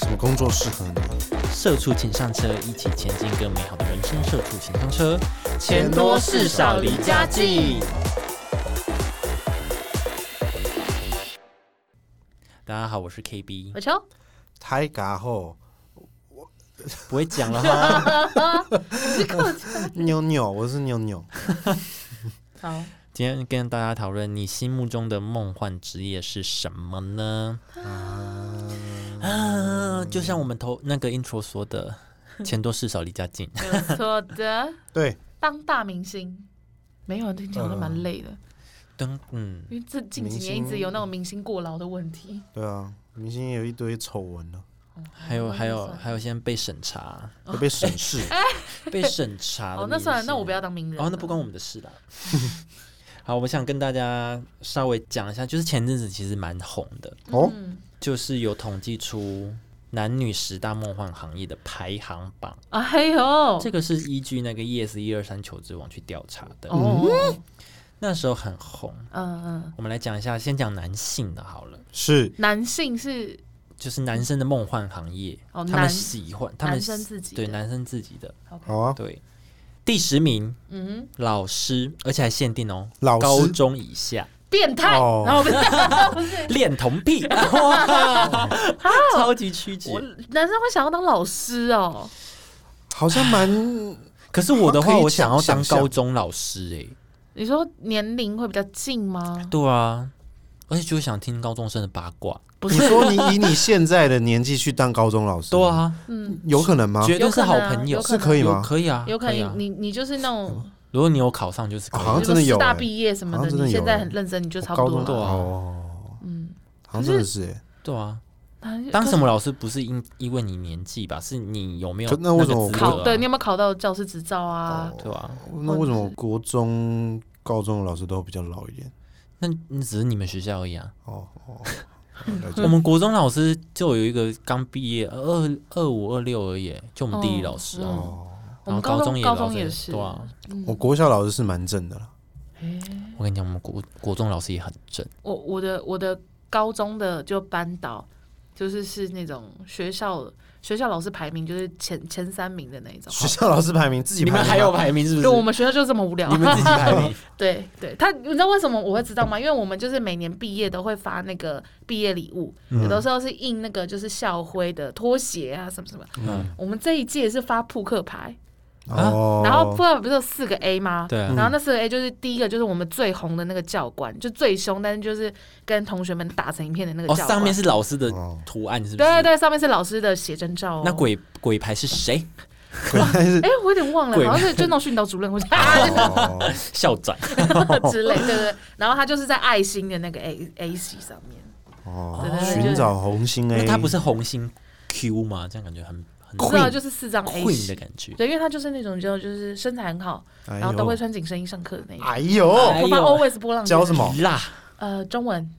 什么工作适合你？社畜请上车，一起前进更美好的人生。社畜请上车，钱多事少离家近。大家好，我是 KB，我瞧，太嘎后 不会讲了哈。妞妞，我是妞妞。好，今天跟大家讨论，你心目中的梦幻职业是什么呢？啊，就像我们头那个 intro 说的，钱多事少离家 近。没有错的，对，当大明星。没有人听起来好像蛮累的，噔，嗯，因为这近几年一直有那种明星过劳的问题。对啊，明星也有一堆丑闻呢，还有还嗯有还有，现在被审查，会被审 视。被审查的哦，那算了，明星那我不要当名人。哦，那不关我们的事啦。 好，我想跟大家稍微讲一下，就是前阵子其实蛮红的，哦，嗯就是有统计出男女十大梦幻行业的排行榜，哎呦，这个是依据那个 ES 一二三求职网去调查的，哦，嗯那时候很红。嗯嗯，我们来讲一下，先讲男性的好了，是男性是就是男生的梦幻行业，哦他们男喜欢，他们男生自己的哦对男生自己的，好啊，对。第十名嗯，老师，而且还限定哦，老师高中以下。变态。哦然后我们恋童癖，哇，超级曲直我。 男生会想要当老师哦，好像蛮可是我的可话，以我想要想当象高中老师哎、你说年龄会比较近吗？对啊，而且就想听高中生的八卦。 不你是，说你以你现在的年纪去当高中老师，对，啊，嗯，有可能吗？绝对是好朋有友，可能啊有可能是可以吗有可以啊，有可啊以能啊。你你就是那种如果你有考上，就是可以。好像就真的是有师大欸毕业什么好像的，真的你有现在欸很认真，你就差高不中多对了。啊哦，嗯，好像真的是耶。对啊，啊当可什么老师不是因因为你年纪吧，是你有没有可那为什么个我资格啊考对你有没有考到教师执照啊？对啊，哦那为什么国中、高中的老师都比较老一点？那那只是你们学校而已啊。哦哦，好了解我们国中老师就有一个刚毕业二二五二六而已欸，就我们地理嗯老师嗯哦，哦。我然后们高高中也高老中师也是对啊。嗯我国小老师是蛮正的啦，诶我跟你讲，我们国国中老师也很正，我我的我的高中的就班导，就是是那种学校学校老师排名就是前前三名的那一种。学校老师排名自己排名吗排名是不就我们学校就这么无聊，己排名？ 对对，他你知道为什么我会知道吗？因为我们就是每年毕业都会发那个毕业礼物，嗯有的时候是印那个就是校徽的拖鞋啊什么什么。嗯，我们这一届是发扑克牌，啊哦，然后扑克牌不是有四个 A 吗？对啊然后那四个 A 就是第一个就是我们最红的那个教官，就最凶，但是就是跟同学们打成一片的那个哦，教官。上面是老师的哦图案，是不是？对。对，上面是老师的写真照、哦。那，鬼鬼牌是谁？ 但是哎，我有点忘了鬼，好像是就那种训导主任或者 啊哦校长。之类，对对对。然后他就是在爱心的那个 A A 系上面。对哦，对对寻找红星那 A，他不是红心 Q 吗？这样感觉很很不知道就是四张 A queen 的型，感觉。对，因为他就是那种就就是身材很好，哎呦，然后都会穿紧身衣上课的那一种，哎呦，哎呦头发 always 波浪卷教什？么？辣呃，中文、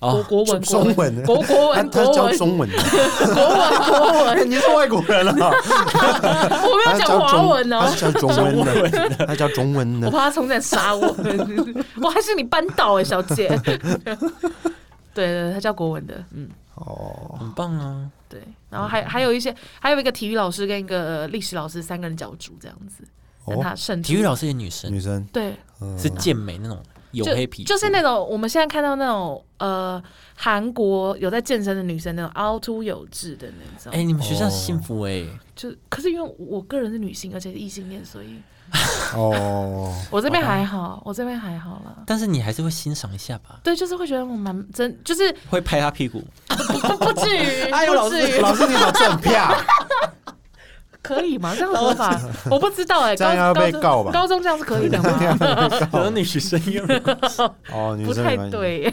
国哦，国文、国中文国国他文、他国是教文、中文的， 国文、国文，你是外国人了，我没他有是讲教华中文他哦是。教中文的，他教中文我的，怕他从这杀我， 我还是你班导哎、小姐。对对对，他教国文的，嗯，哦，很棒啊！对。然后还还有一些，还有一个体育老师跟一个历史老师，三个人角逐这样子，让哦，他胜出。体育老师也女生，啊女生对，嗯是健美那种，有就黑皮肤，就是那种我们现在看到那种呃韩国有在健身的女生那种凹凸有致的那种，哎，你们学校幸福哎，就可是因为我个人是女性，而且是异性恋，所以哦，我这边还好，我这边还好啦。但是你还是会欣赏一下吧？对，就是会觉得我蛮真，就是会拍他屁 股，不不不至 于，哎呦不至于，老师你好正票，可以吗？这样说法 我不知道哎，这样高要被高告吧中高中这样是可以 的吗？和女生一样。 哦，女不生太没关系，对，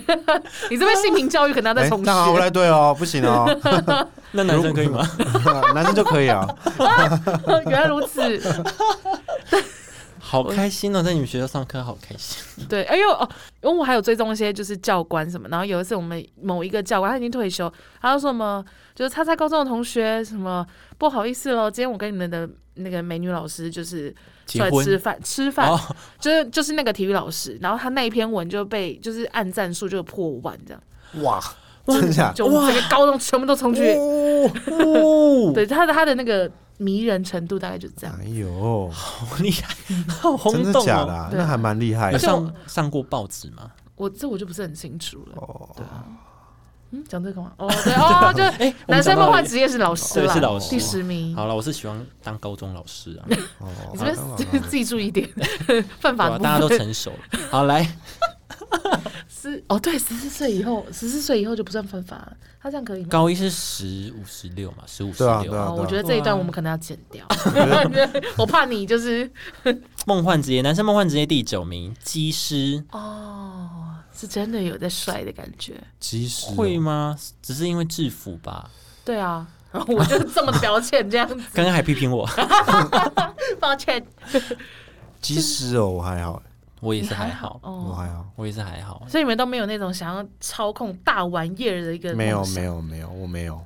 你这边性平教育可能要再哎，重那好，我学，来对哦，不行哦，那男生可以吗？男生就可以啊， 原来如此。 好开心哦，在你们学校上课好开心。对，哎呦哦，因为我还有追踪一些就是教官什么，然后有一次我们某一个教官他已经退休，他就说什么就是他在高中的同学什么不好意思喽，今天我跟你们的那个美女老师就是出结来婚吃饭吃饭，哦，就是就是那个体育老师，然后他那一篇文就被就是按赞数就破万这样，哇，真假就我们整个高中全部都冲去，哦， 对他的他的那个迷人程度大概就是这样。哎呦，好厉害，好轰真的动假的哦！啊？对那还蛮厉害有的上上过报纸吗？我这我就不是很清楚了。啊哦。嗯，讲这个干嘛？哦，对哦，就哎，我们男生讲到梦幻职业是老师对啦，是老师第十名。好了，我是喜欢当高中老师啊，哦你是好不是自己注意一点？ 犯对法吧的部大家都分成熟了。好，来，是哦，对，十四岁以后，十四岁以后就不算犯法了。他这样可以吗？高一是十五十六嘛，十五十对啊对六。啊哦，我觉得这一段我们可能要剪 掉， 我怕你就是梦幻职业，男生梦幻职业第九名，技师哦，是真的有在帅的感觉。及时哦会吗？只是因为制服吧。对啊， 然后我就是这么表浅这样子，刚刚还批评我， 抱歉，及时哦，我还好，我也你是还好，我哦。还好，我也是还好。所以你们都没有那种想要操控大玩意儿的一个没有梦想没有没有，我没有。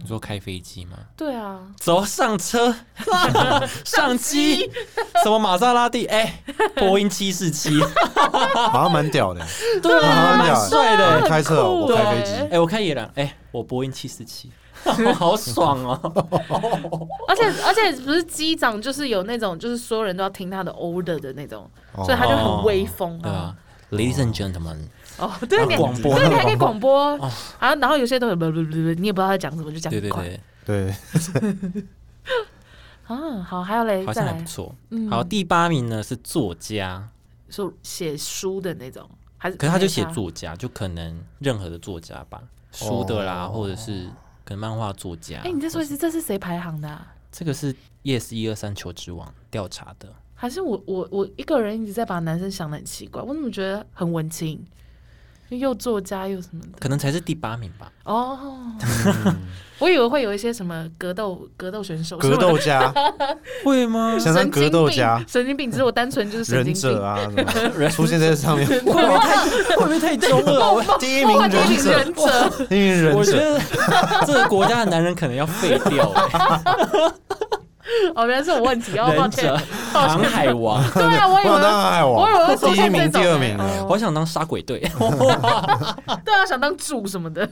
你说开飞机吗？对啊，走上车， 上机，什么玛莎拉蒂？哎、波音七四七，好像蛮屌的，对啊蛮帅我的。开车哦，酷我开欸飞哎、机，我开野狼，哎、我波音七四七，好爽哦！而且而且不是机长，就是有那种就是所有人都要听他的 order 的那种，哦所以他就很威风对啊啊。，Ladies and gentlemen，哦，对，你啊广播哦对，你还可以广播啊。然后有些都有，你也不知道他讲什么，就讲对对快对，对，啊。好，还有嘞，好再像还不来错。好，第八名呢是作家，说写书的那种，还是可是他就写没差作家，就可能任何的作家吧，书的啦，或者是可能漫画作家。哎，你再说一次，这是谁排行的啊？这个是 Yes 一二三求职网调查的，还是我我我一个人一直在把男生想的很奇怪，我怎么觉得很文青，又作家又什么的可能才是第八名吧。哦。 我以为会有一些什么格斗格斗选嗯手，格斗家，会吗？想当格斗家神经病，神经病，只是我单纯就是神忍经病者。啊，什么出现在上面，会不会太会不会太中二啊？我第一名幻忍影者，忍者，第一名忍我觉者，得 这个国家的男人可能要废 掉欸 哦，原来是我问题，哦，抱哎忍歉者、，航海王，对啊，我以哇，为。那还我以为会我出第一现这名、种第二名欸了，我想当杀鬼 队。对啊，想当柱什么的，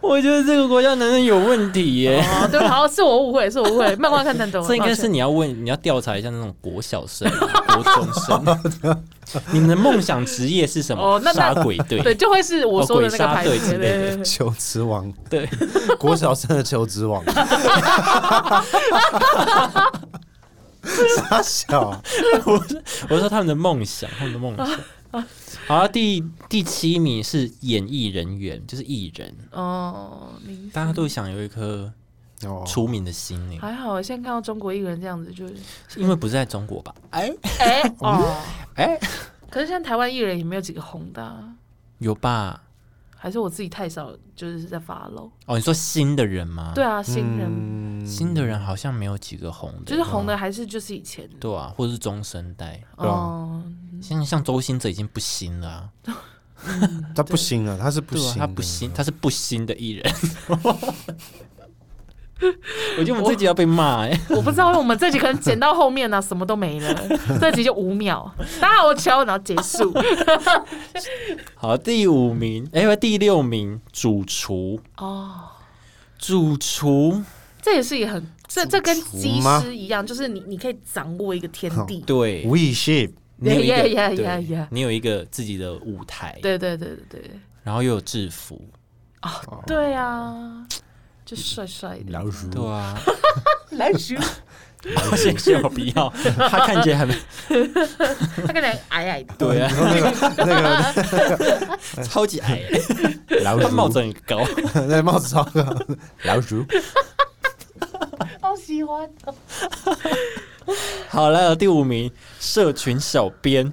我觉得这个国家男人有问题耶。哦，对，好，是我误会，是我误会，漫画看太多了，这应该哦抱是歉你要问，你要调查一下那种国小生、 国中生， 你们的梦想职业是什么哦？那杀那鬼队。对，就会是我说的那个牌哦鬼子杀队之类的对对对求职王，对， 国小生的求职王，傻笑啊，我是我说他们的梦想，他们的梦啊想。好，第第七名是演艺人员，就是艺人，哦，明大家都想有一颗哦，出名的心灵，还好，现在看到中国艺人这样子，就是因为不是在中国吧？哎哎哦，哎，可是现在台湾艺人也没有几个红的啊，有吧？还是我自己太少，就是在发漏。哦，你说新的人吗？对，啊，新人嗯，新的人好像没有几个红的，就是红的还是就是以前对啊，或者是中生代。对啊哦，像像周星哲已经不新了啊，他不行了，他是不对啊，行，他不新，，他是不新的艺 人。我觉得我们自己要被骂哎、我不知道，我们这集可能剪到后面呢、啊什么都没了，这集就五秒，大家好，我敲，然后结束。好，第五名，哎、不第六名，主厨，哦，主厨，这也是也很，这这跟主机厨吗师一样，就是你你可以掌握一个天地。对， We ship，你有一个 Yeah, yeah, 对 yeah, yeah. 你有一个自己的舞台，，对对对对对然后又有制服，对啊，就帅帅 的。老鼠，对 啊，来叔，我先先有必 要，他看起来还没他可能矮矮的。对啊，那个那个 超级矮、 老他帽鼠，子很高， 那帽子超高，老鼠，好喜欢哦。好了，第五名，社群小编，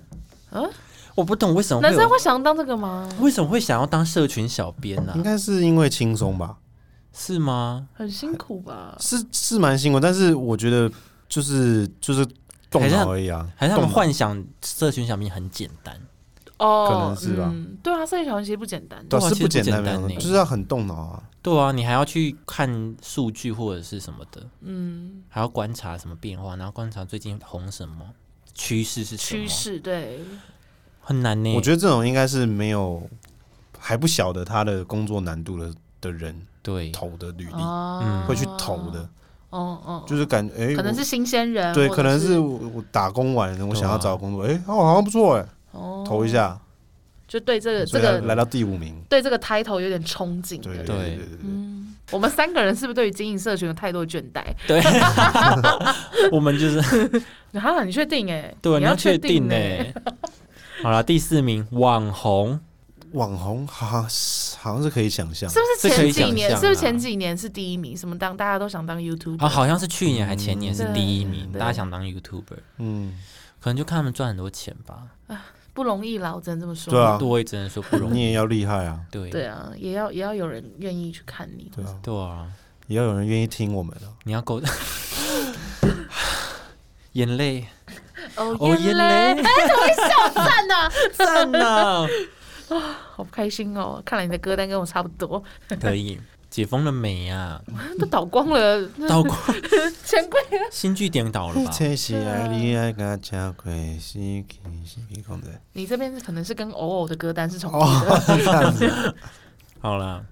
嗯我不懂为哦什么男会生有会想嗯当这个吗？为什么会想要当社群小编呢、应该是因为轻松吧，是吗？很辛苦吧？是是蛮辛苦，但是我觉得就是就是动脑而已啊，还是他动们脑幻想社群小编很简单？哦，可能是吧嗯、对啊，设计小其实不简单。对哇啊，是其实不简不简单，没单有呢就是要很动脑啊，对啊，你还要去看数据或者是什么的，嗯，还要观察什么变化，然后观察最近红什么趋势是什么趋，势对，很难呢。我觉得得这种应该是没有还不晓得他的工作难度的的人对，嗯投的履历，哦，会去投的，哦哦，嗯就是感觉哎，可能我是新鲜人，对，或者可能是我我打工完了，我想要对啊找工作，哎，哦，好像不错哎，哦投一，下，就对这个所这以他个来到第五名，对这个 title 有点憧憬对的。对对对对，嗯，我们三个人是不是对于经营社群有太多倦怠？对， 我们就是啊，你确定哎、对，你要要确定欸定欸欸呢、 好了，第四名网红，网红好像是好像是可以想象是，不这是可前以几想年？象啊是不是前几年是第一名？什么当大家都想当 YouTube？啊，好像是去年还前年是嗯第一名，对大家想当 YouTuber，嗯，像可能就看他们赚很多钱吧。不容易啦，我只能这么说。对啊多也只能说不容你易。也要厉害啊，嗯对对啊，也要也要有人愿意去看你。对啊，对啊，也要有人愿意听我们啊，你要够 眼泪，哦哦耶眼嘞！泪，哎，怎么会笑散呢、赞啊呐！ 好不开心哦！看来你的歌单跟我差不多， 可以解封了没 啊？都倒光了。倒过钱柜新据点倒了吧？这是爱你爱甲吃亏，是去是去讲 的。你这边可能是跟偶偶的歌单是重复的。哦 好啦，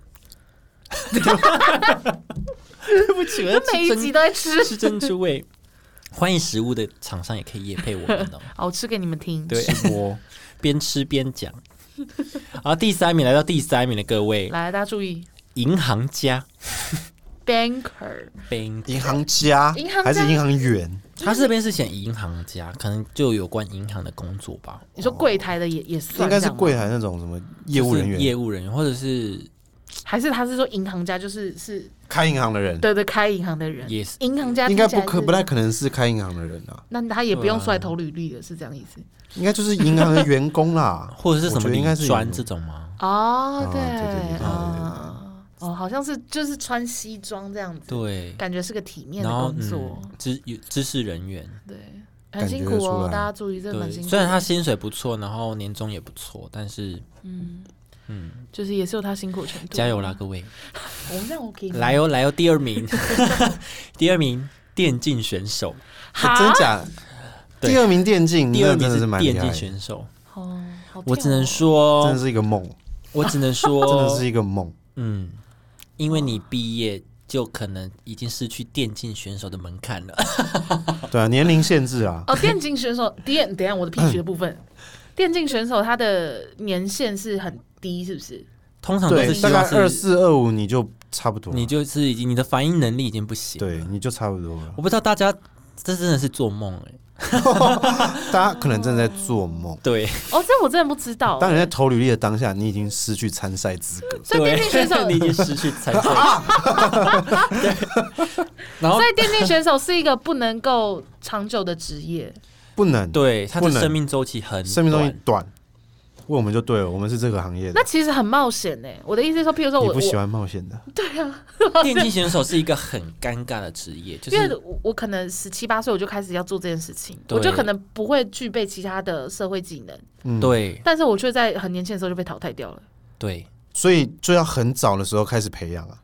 每一集都在吃，是珍珠味。欢迎食物的厂商也可以夜配我们哦。好吃给你们听。对，边吃边讲。然后第三名来到第三名的各位，来，大家注意银行家，banker， Bank，银行家银行家还是银行员？他这边是写银行家，可能就有关银行的工作吧，你说柜台的也也算，应该是柜，台那种什么业务人就员，是业务人员或者是还是他是说银行家，就是是开银行的人，对对开银行的人，也是银行家嗯应该不可听起来是不太，可能是开银行的人啊，那他也不用出来投履历了，是这样意思？应该就是银行的员工啦，或者是什我觉么得应该理是专有这种吗？哦啊，对对对对对对啊，哦，好像是就是穿西装这样子，对，感觉是个体面的然后工作嗯，，知有知识人员，对，感很觉辛得苦出哦，来大家注意，真的对蛮，辛苦的。虽然他薪水不错，然后年终也不错，但是嗯就是也是有他辛苦的程度，加油啦，！各位，我们这样 OK 吗来哦来哦，第二 名，第二名电竞选手， 哈哎真假？对第二名电竞，第二那名真的是蛮厉电害竞的，选手，哦，好我跳只能哦说真的，是一个梦，我只真能的说，是一个梦。嗯，因为你毕业就可能已经失去电竞选手的门槛了。对啊，年龄限制啊，哦，电竞选手电，等一下我的 pitch 的部分，电竞选手他的年限是很低，是不是？通常都对是，希大概望二是，四二五你就差不多，你就是已经你的反应能力已经不行。，对你就差不多了我。不知道大家这真的是做梦哎、大家可能正在做梦，对， 哦，这我真的不知道。当你在投履历的当下，你已经失去参赛资格。所以电竞选手，对 你已经失去参赛资啊格。对，然后 所以电竞选手是一个不能够长久的职业。不能，对他不的能生命周期很生命中短短，问我们就对了，我们是这个行业的那，其实很冒险呢、我的意思是说，譬如说你我不喜我，欢冒险的，电竞选手是一个很尴尬的职业，就因为是我我可能十七八岁我就开始要做这件事情，对我就可能不会具备其他的社会技能，嗯，，对但是我却在很年轻的时候就被淘汰掉了。对所以就要很早的时候开始培养啊，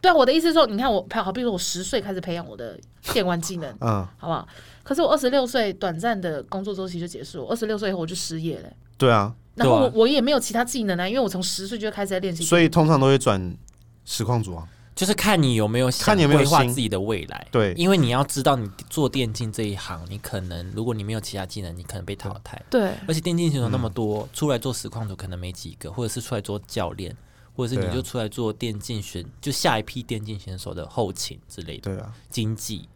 对啊，我的意思是说，你看我，好比如说我十岁开始培养我的电玩技能，嗯，好不好？可是我二十六岁短暂的工作周期就结束，二十六岁以后我就失业了、对啊，然后我、对啊我也没有其他技能啊，因为我从十岁就开始在练习。所以通常都会转实况组啊，就是看你有没有想看你有没有规划心自己的未来。对因为你要知道，你做电竞这一行，你可能如果你没有其他技能，你可能被淘汰。对，而且电竞选手那么多，嗯出来做实况组可能没几个，或者是出来做教练，或者是对啊你就出来做电竞选，就下一批电竞选手的后勤之类的对啊，经济。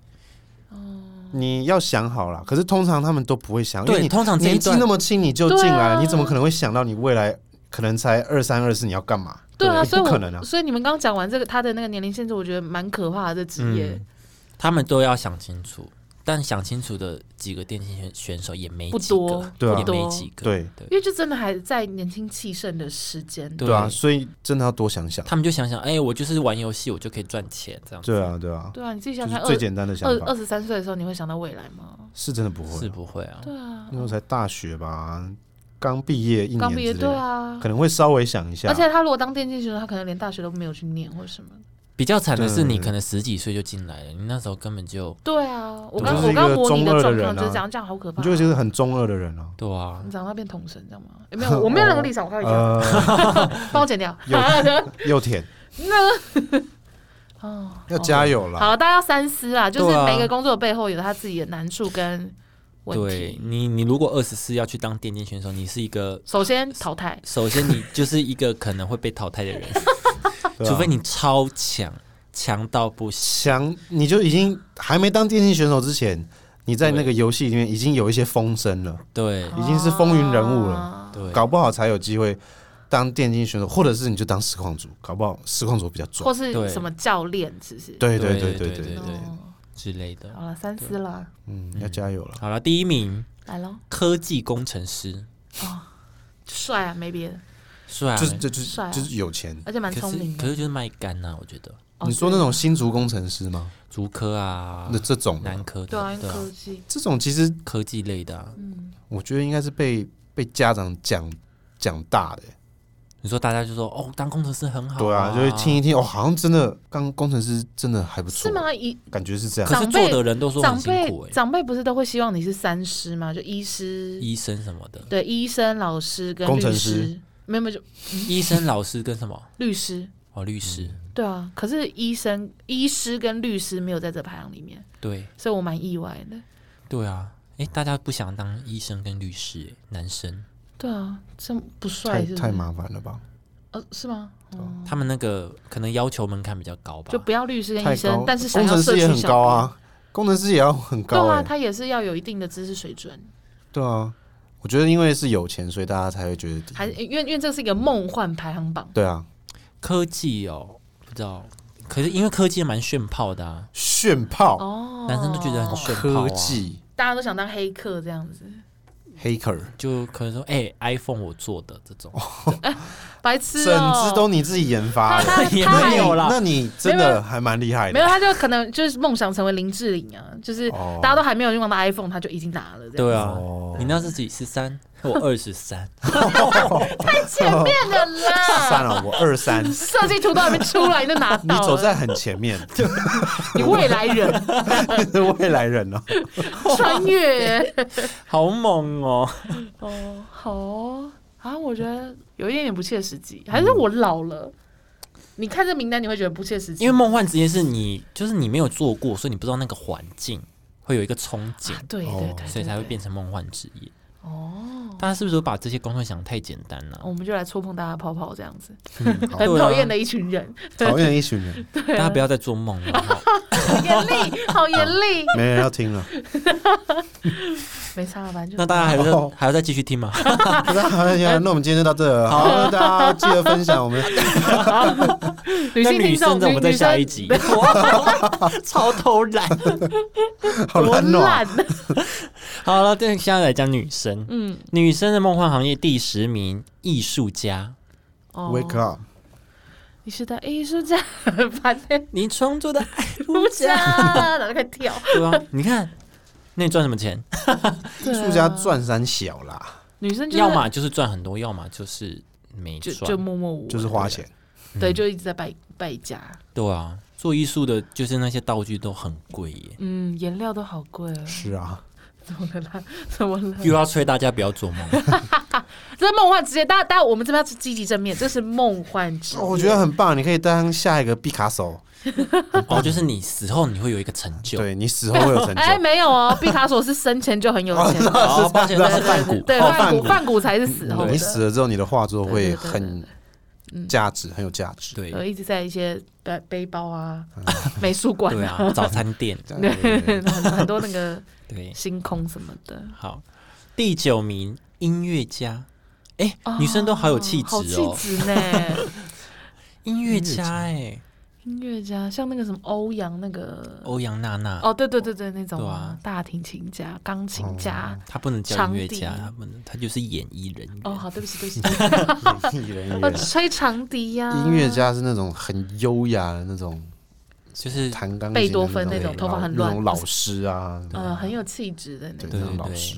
你要想好了，可是通常他们都不会想，啊因为对，你通常这一年纪段那么轻你就进来对啊了，你怎么可能会想到你未来可能才二三二四你要干嘛？对啊，也所以不我可能啊，所以你们刚刚讲完这个他的那个年龄限制，我觉得蛮可怕的这职业、嗯他们都要想清楚，但想清楚的几个电竞选选手也没不几个多对啊也不没多几个，对对因为就真的还在年轻气盛的时间。对对啊，所以真的要多想想，他们就想想，哎、我就是玩游戏，我就可以赚钱，这样子对啊，对啊，对啊，你自己就想想是看，最简单的想二二法，二十三岁的时候，你会想到未来吗？是真的不会是啊，不会啊。对啊那，时候才大学吧，刚毕业一年刚毕业之类对的啊可。能会稍微想一下，而且他如果当电竞选手，他可能连大学都没有去念或者什么。比较惨的是，对你可能十几岁就进来了，你那时候根本就对啊，我你刚就是我一个刚模拟中二的状人况就是啊这样，这样好可怕。你就是一个很中二的人啊。对啊你，长大变童神，知道 吗？有没有，我没有那个立场，我开玩笑，呃， 帮我剪掉。 有好的又甜， 哦，要加油啦！好，大家要三思啊，就是对啊每个工作背后有他自己的难处跟问对题。你，你如果二十四要去当电竞选手，你是一个首先淘汰，首先你 就是一个可能会被淘汰的人， 对啊除非你超强，强到不行。强，你就已经还没当电竞选手之前，你在那个游戏里面已经有一些风声了，对已经是风云人物了啊对，搞不好才有机会当电竞选手，或者是你就当实况组，搞不好实况组比较或赚。是对什么教练，是不是？对对对对对对对，对哦之类的。好了，三思了，嗯，要加油了。好了，第一名来喽，科技工程师，帅啊，没别的，虽然就是就就帅啊就是有钱。而且蛮可聪是明可的。是就是卖干呐，我觉得哦你说那种新竹工程师吗？竹科啊那、，这种南科对啊，的因为对啊科技，这种其实科技类的啊。嗯，我觉得应该是被被家长讲讲大的、欸你说大家就说哦，当工程师很好，对啊，就会听一听哦，好像真的当工程师真的还不错，是？吗？以感觉是这样可。是长辈做的人都说很长辛苦欸辈哎，长辈不是都会希望你是三师吗？就医师，医生什么的，对，医生、老师跟工律程师师，没有没有就医生、老师跟什么律师。哦，律师，对啊，可是医生、医师跟律师没有在这排行里面，对所以我蛮意外的。对啊。哎，大家不想当医生跟律师诶，男生对啊，这不帅太是不是太麻烦了吧？呃是吗？哦，他们那个可能要求门槛比较高吧，就不要律师跟太医生高，，但是想工要程社师也区很小高编。啊，工程师也要很对高哎、啊，他也是要有一定的知识水准，对啊，我觉得因为是有钱，所以大家才会觉得还因为因为这是一个梦幻排行榜，对啊，科技哦，不知道。可是因为科技蛮炫炮的啊，炫炮、哦，男生都觉得很炫炮、啊、科，技大家都想当黑客这样子， hacker，就可能说，哎、i p h o n e 我做的这种，白痴整哦，只都你自己研发 他的，他也他那没你还有啦那你真没有的还蛮厉害没有，的。他就可能就是梦想成为林志玲啊，就是哦大家都还没有用到 iPhone，他就已经拿了这样。对啊，哦你那是几十三， 我二十三，前面的算啦，了，我二三，你设计图都还没出来，你就拿到了。走在很前 面，你未来 人你是未来人哦。穿越。好猛哦！哦，好哦啊，我觉得有一点点不切实际，还是我老了。你看这名单，你会觉得不切实际，因为梦幻职业是你，就是你没有做过，所以你不知道那个环境会有一个憧憬，对对对哦对，所以才会对变成梦幻职业。哦。大家是不是都把这些工作想得太简单了、我们就来触碰大家的泡泡，这样子好很讨厌的，的一群人，讨厌的一群人，大家不要再做梦 了。好好严厉， 好严厉，没人要听了。没差了，反正就那大家还要哦还要再继续听吗？不是好像那我们今天就到这了。好，大家记得分享我们。 女那性女听生众，的我们在女下生一 集， 哇超偷懒。 好多烂哦， 烂，好了，对，现在来讲女生。嗯，女生的梦幻行业第十名，艺术家。哦 Wake up！你是的艺术家， 把那你创作的爱不如家，家，然后开始跳，对吧、你看，那你赚什么钱？艺啊术家赚三小啦，女生就是要么就是赚很多，要么就是没就就赚。默默无闻，就是花钱。嗯对，就一直在败败家，对啊，做艺术的，就是那些道具都很贵耶。嗯，颜料都好贵哦，是啊，怎么了啦？ 怎么了？又要催大家不要做梦，这是梦幻职业，大家大家我们这边要积极正面，这是梦幻职业，哦我觉得很棒，你可以当下一个毕卡索，哦，就是你死后你会有一个成就。对你死后会有成 哎，就。没有哦，毕卡索是生前就很有钱，哦，抱歉，那是范谷。对，哦范梵谷谷范谷才是死后你的，死了之后，你的画作会对对对嗯对很价值，很有价 值。对呃，一直在一些背背包啊、嗯美术馆对啊，早餐店。这样对对对很很多那个 对，星空什么的， 好，第九名音乐家。哎、女生都好有气质好气哦，质呢。 音乐家哎、音乐家，像那个什么欧阳那个欧阳娜娜哦，对对对对，那种对啊啊，大提琴家、钢琴家。他不能叫音乐家，长笛他不能，他就是演艺人员。哦，好，对不起，对不起， 对不起艺人艺哦，人吹长笛呀，音乐家是那种很优雅的那种就是弹钢琴的贝多芬那那种头发很乱那种老师 啊，呃，很有气质的那对，对那种。种老对师。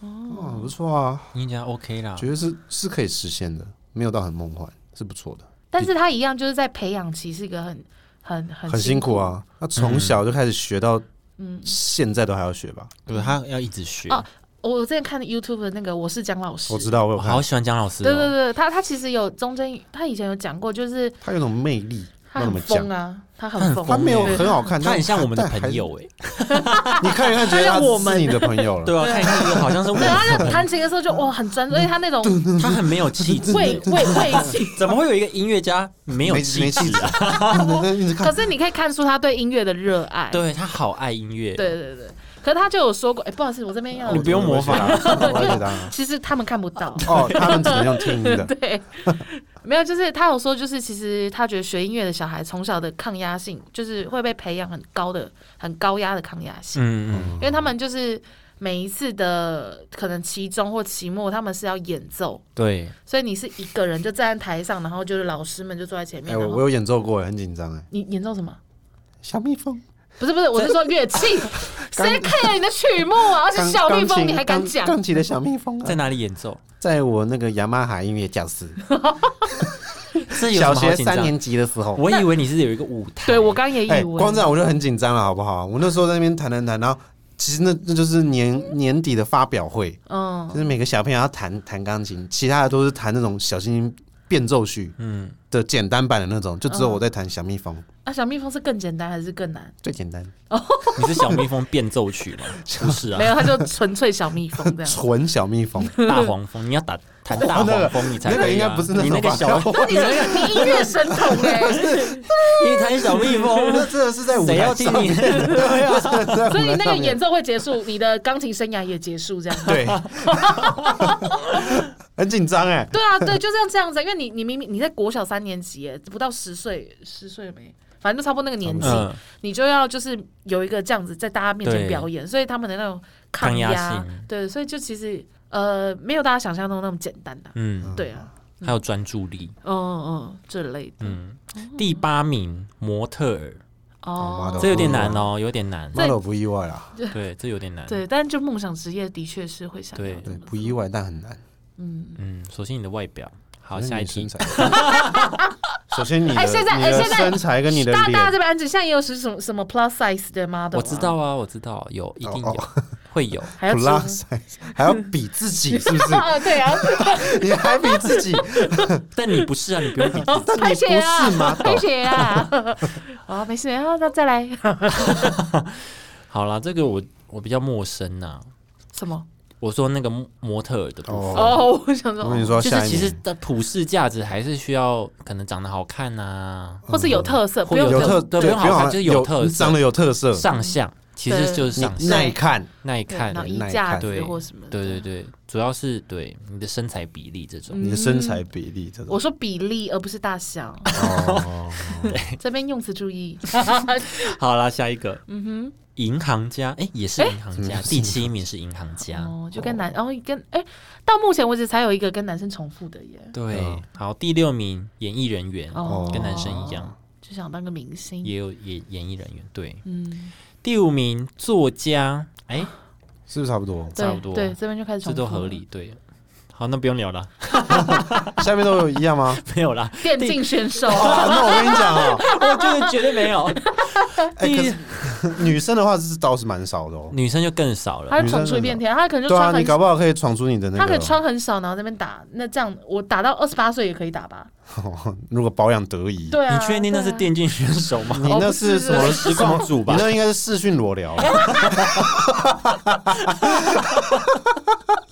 哦，不错啊，音乐家 OK 啦觉，得是是可以实现的，没有到很梦幻，是不错的。但是他一样就是在培养期是一个很很很很辛苦！啊。那从小就开始学到嗯，现在都还要学吧？对他要一直学。哦我之前看 YouTube 的那个我是蒋老师，我知道，我有我看好，喜欢姜老师、哦，对对对，他他其实有中间他以前有讲过，就是他有种魅力，他那怎很么讲？疯啊，他他很很疯，他没有对很好看，他但很像我们的但还朋友哎、 你看一看，觉得他像我他们是你的朋友了。 对啊，啊看一看这个好像是我对，们，他就弹琴的时候就哇很专注，而且他那种他很没有气质，畏畏畏气。怎么会有一个音乐家没有没气没质气质啊？啊！一直看可是你可以看出他对音乐的热爱。对他好爱音乐，对对对，可是他就有说过，哎，不好意思，我这边要 哦你不用模仿我了解他。其实他们看不到。。哦，他们只能用听的 对，啊没有，就是他有说，就是其实他觉得学音乐的小孩从小的抗压性，就是会被培养很高的、很高压的抗压性，嗯嗯，因为他们就是每一次的可能期中或期末，他们是要演奏，对，所以你是一个人就站在台上，然后就是老师们就坐在前面，哎，我然我后有演奏过，很紧张哎。你演奏什么？小蜜蜂，不是不是，我是说乐器，钢谁 care 你的曲目啊？而且钢小蜜钢蜂琴你还敢钢讲？钢琴的小蜜嗯蜂啊在哪里演奏？在我那个雅马哈音乐教室，这有什小么好学紧张三年级的时候。我以为你是有一个舞台，对我刚也哎，以为，光这样我就很紧张了，好不好？我那时候在那边弹弹弹，然后其实那那就是年年底的发表会，嗯就是每个小朋友要弹弹钢琴，其他的都是弹那种小星星变奏曲嗯，的简单版的那种，就只有嗯我在弹小蜜蜂，啊，小蜜蜂是更简单还是更难？最简单，你是小蜜蜂变奏曲 吗？不是没啊，有，它就纯粹小蜜蜂这样。纯小蜜蜂。大黄蜂，你要 打弹大哇那黄个蜂，你才那可个以应该啊不是那你那种个吧？小，你你音乐神童哎、 啊你弹小 蜜那蜂，真的是 在舞谁台要听上你？面，对啊， 在舞所以你台那个上演面。奏会结束，你的钢琴生涯也结束这样。对， 很紧张哎，对啊，对，就这样这样子，因为你你明明你在国小三年级耶，不到十岁，十岁没，反正就差不多那个年 纪，嗯，你就要就是有一个这样子在大家面前对表演，所以他们的那种抗抗压性对，所以就其实呃没有大家想象中那么简单的、嗯，对啊，还有专注力，嗯嗯这类的，嗯，第八名模特儿，妈哦的，这有点难哦，有点难，妈的我不意外啊啦，对，这有点难，对，但就梦想职业的确是会想要对对，不意外但很难。嗯，嗯，首先你的外表，好，首先下一你身，题材。 首先你的哎现在你哎的现在身材跟你的大家大家这脸，边安静，现在也有是什么什么 plus size 的 model，、我知，道啊，我知道，有，一定哦有，会有，还要 plus 出 size，还要比自 己是不是？啊，对啊， 你还比自己？但你不是啊，你不用 比自己，但拍你血不啊，是吗？拍血 啊，啊，没事，然后那再来 好啦，这个我我比较陌生呐、什么？我说那个模模特儿的部分，哦哦，我想我跟你说，说，就下是一其实名的普世价值还是需要可能长得好看啊呐、或是有嗯特色，不或有用有特对对不用好看了就是有特色长得有特色，上相其实就是你上耐相看，耐看然，后衣耐架看子对或什么，对对。对，主要是对你的身材比例这种，嗯你的身材比例这种我。说比例，而不是 大小。哦，这边用词注意。好啦，下一个嗯哼，银行家，哎、也是银行家，第七名是银行家，哦，就跟男，然后跟哎，到目前为止才有一个跟男生重复的耶。对嗯，好，第六名演艺人员，哦，跟男生一样，就想当个明星。也有演演艺人员，对，嗯，第五名作家，哎、是不是差不 多？差不多对对，这边就开始重这复都合了理，对。好，那不用聊了，下面都有一样 吗？没有啦，电竞选手，啊，那我跟你讲 哦，我就是绝对没有。 哎，可第一是女生的话是倒是蛮少的哦。女生就更少了，他就闯出一片天，他可能就对穿啊，你很搞不好可以闯出你的那他可以个。穿很少，然后在那边打，那这样我打到二十八岁也可以打吧？如果保养得宜，对啊，你确定那是对啊？电竞选手吗？你那是什哦么不是什么实况组吧你那应该是视讯裸聊。 哎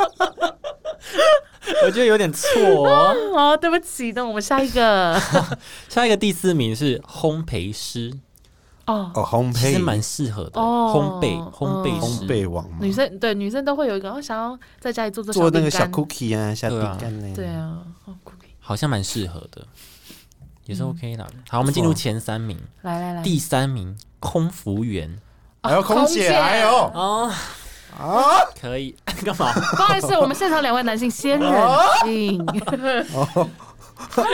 我觉得有点错哦。哦，对不起，那我们下一个 下一个第四名是烘焙师，哦哦，烘其实焙蛮适合的，哦烘焙烘焙烘师。焙王嘛女，生对女生都会有一个，哦，想要在家里做做做那个饼小干 cookie 啊，小饼对啊干呢。对啊，哦，cookie，好像蛮适合的，也是 OK 啦。好，我们进入前三名，来来来，第嗯三名空服员还有空姐，哎还有哦啊，可以干 嘛？不好意思，我们现场两位男性先冷静，哦好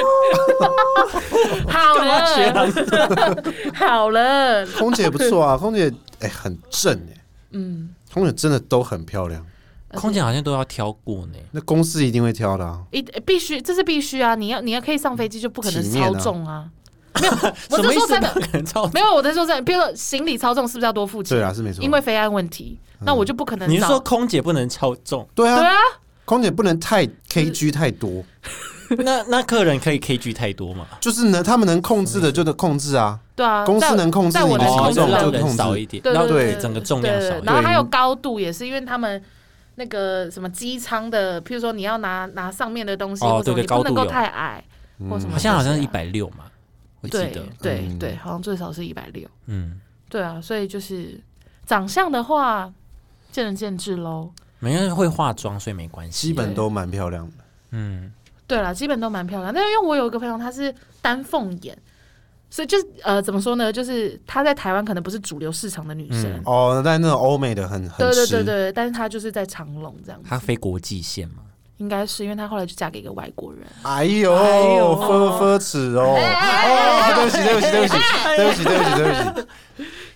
干嘛学了，啊 长？好了，空姐不错啊，空姐哎很正哎，嗯，空姐真的都很漂亮，空姐好像都要挑过呢。那公司一定会挑的啊。一必须这是必须啊！你要你要可以上飞机，就不可能体面超啊重啊！什没有，么意我是说思？真不的，可能 超。没有我在说真的，比如说行李超重是不是要多付钱？对啊，是没错。因为飞安问题，那我就不可能找。你是说空姐不能超重？对对啊，啊？空姐不能太 KG 太多，那那客人可以 KG 太多嘛？就是呢，他们能控制的就能控制啊。对啊，公司能控制在我你能的控体就制重的让就控人制少一点，对让对对对，整个重量对少对一对点。然后对还有高度也是，因为他们那个什么机舱的，譬如说你要拿拿上面的东西，哦或者对对你不能高够度有太矮，或什么好像好像是一百，百六嘛，我记对得。对嗯对，好像最少是一百六。嗯，对啊，所以就是长相的话，见仁见智喽。没人会化妆，所以没关系。基本都蛮漂亮的。嗯，对啦，基本都蛮漂亮。但是因为我有一个朋友，他是丹凤眼，所以就是呃，怎么说呢？就是她在台湾可能不是主流市场的女生，嗯哦，但那种欧美的很很对对湿，对对，但是她就是在长隆这样子，她非国际线嘛。应该是因为她后来就嫁给一个外国人。哎呦，哎呦分分尺哦！哎哦，对不起，对不起，对不起，对不起，对不起，对不起，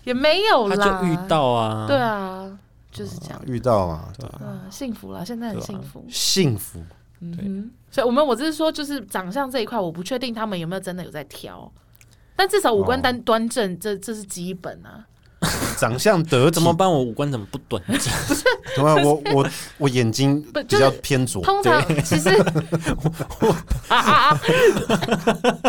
也没有她啦，就遇到啊，对，啊，就是这样，遇到嘛，对吧嗯，幸福啦，现在很对啊幸福，幸福嗯哼，所以我们我只是说，就是长相这一块，我不确定他们有没有真的有在挑，但至少五官哦端端正，这这是基本啊，长相得体怎么办？我五官怎么不端正？怎么办？我我我眼睛 不比较偏左，通常 其实啊啊啊！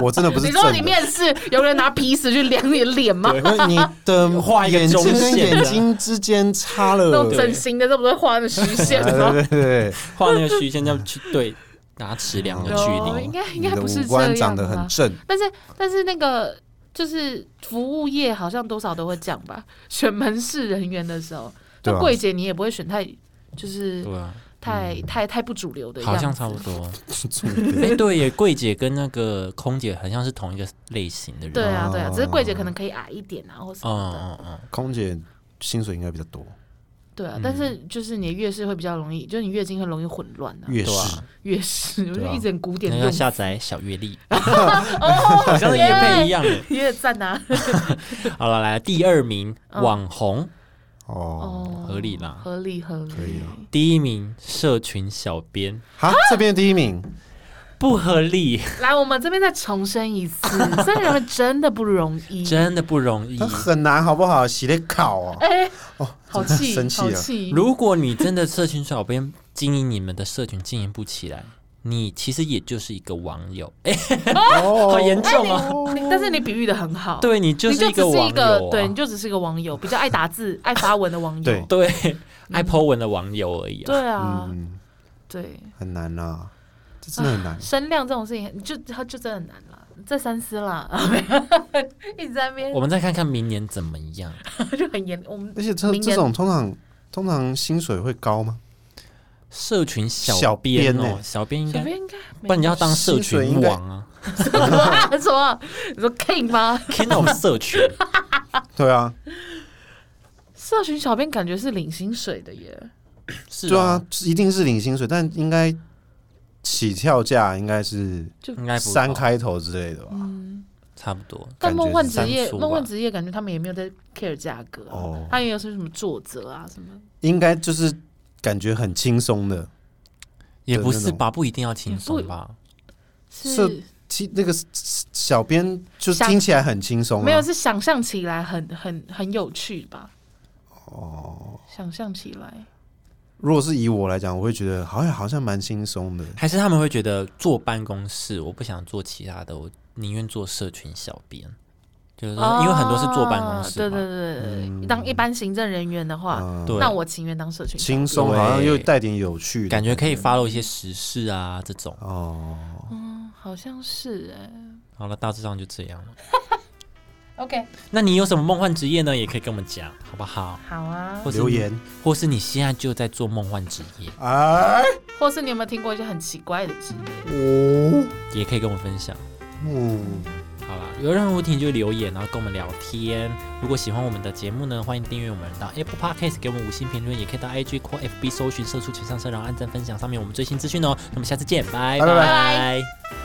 我真的不你是说正你的。面试有人拿皮尺去量你的脸吗？那你 的画一个眼睛中线跟眼睛之间差了，那种对整形的，这不是画的虚线吗？对对对，画那个虚线，要去对拿尺量的距哦离应。该应你该的不是五这样啊官啦长得很正， 但是但是那个就是服务业好像多少都会这样吧， 选门市人员的时候，对那啊柜姐你也不会选太就是对啊，太、嗯太太不主流的样子，好像差不多。对哎，对耶，柜姐跟那个空姐好像是同一个类型的人。对啊对哦啊，只是柜姐可能可以矮一点啊，或什么的，嗯嗯嗯，空姐薪水应该比较多，对嗯啊，但是就是你的月事会比较容易，就是你月经会容易混乱啊，越对是啊，月事我嗯就对啊一直很古典那用哦要法，下载小阅 历，好像是也配一样耶。也赞啊，好了，来第二名嗯网红，哦，哦，合理啦合理合可以理啦，第一名社群小编，好，这边第一名，不合理，来，我们这边再重申 一次，这人们真的不容易，真的不容易它。很难好不好？洗得烤哦，哎、哦好气，真的生气好了气。如果你真的社群小编经营你们的社群经营不起来，你其实也就是一个网友，哎、哦好严重啊！你但是你比喻的很好，对你就你是就一只是网一友、啊，对，你就只是一个网友，比较爱打字、爱发文的网对友。对嗯爱 po 文的网友而已、啊。对啊，嗯，对，很难啊，这真的很难。声量这种事情，就它就真的很难啦，再三思啦， 一直在那边我们再看看明年怎么样。就很严，我们而且这明这年种通常通常薪水会高吗？社群小小编编哦，欸小编应小该，编应该没不然你要当社薪水群应该王啊，有 什么？你说 King 吗？天哪，我们社群对啊，社群小编感觉是领薪水的耶，是哦对啊，，一定是领薪水，但应该起跳价应该是应该不三高开头之类的吧？嗯差不多。但感梦觉幻是职三业，出梦幻吧职业感觉他们也没有在 care 价格、啊，哦他也有是什么作者啊什么，应该就是感觉很轻松的。也的不那是种吧，不一定要轻也松不吧。社是其那个小编就想听起来很轻松、啊，没有，是想象起来很很很有趣吧？哦，想象起来，如果是以我来讲，我会觉得好像好像蛮轻松的。还是他们会觉得坐办公室，我不想做其他的，我宁愿做社群小编，就是说，因为很多是坐办公室哦对嘛，对对对，当一般行政人员的嗯话，对那我情愿当社群小轻松，对好像又带点有趣的感觉可以 follow 一些时事啊这种。哦。编，嗯好像是哎、好了，大致上就这样了。 OK，那你有什么梦幻职业呢？也可以跟我们讲，好不好？好啊。或是留言，或是你现在就在做梦幻职业，哎，或是你有没有听过一些很奇怪的职业？哦，也可以跟我们分享。嗯，好啦，有任何问题就留言，然后跟我们聊天。如果喜欢我们的节目呢，欢迎订阅我们到 Apple Podcast 给我们五星评论，也可以到 IG 或 FB 搜寻“社畜情商社”，然后按赞分享上面我们最新资讯哦。那么下次见，拜拜拜拜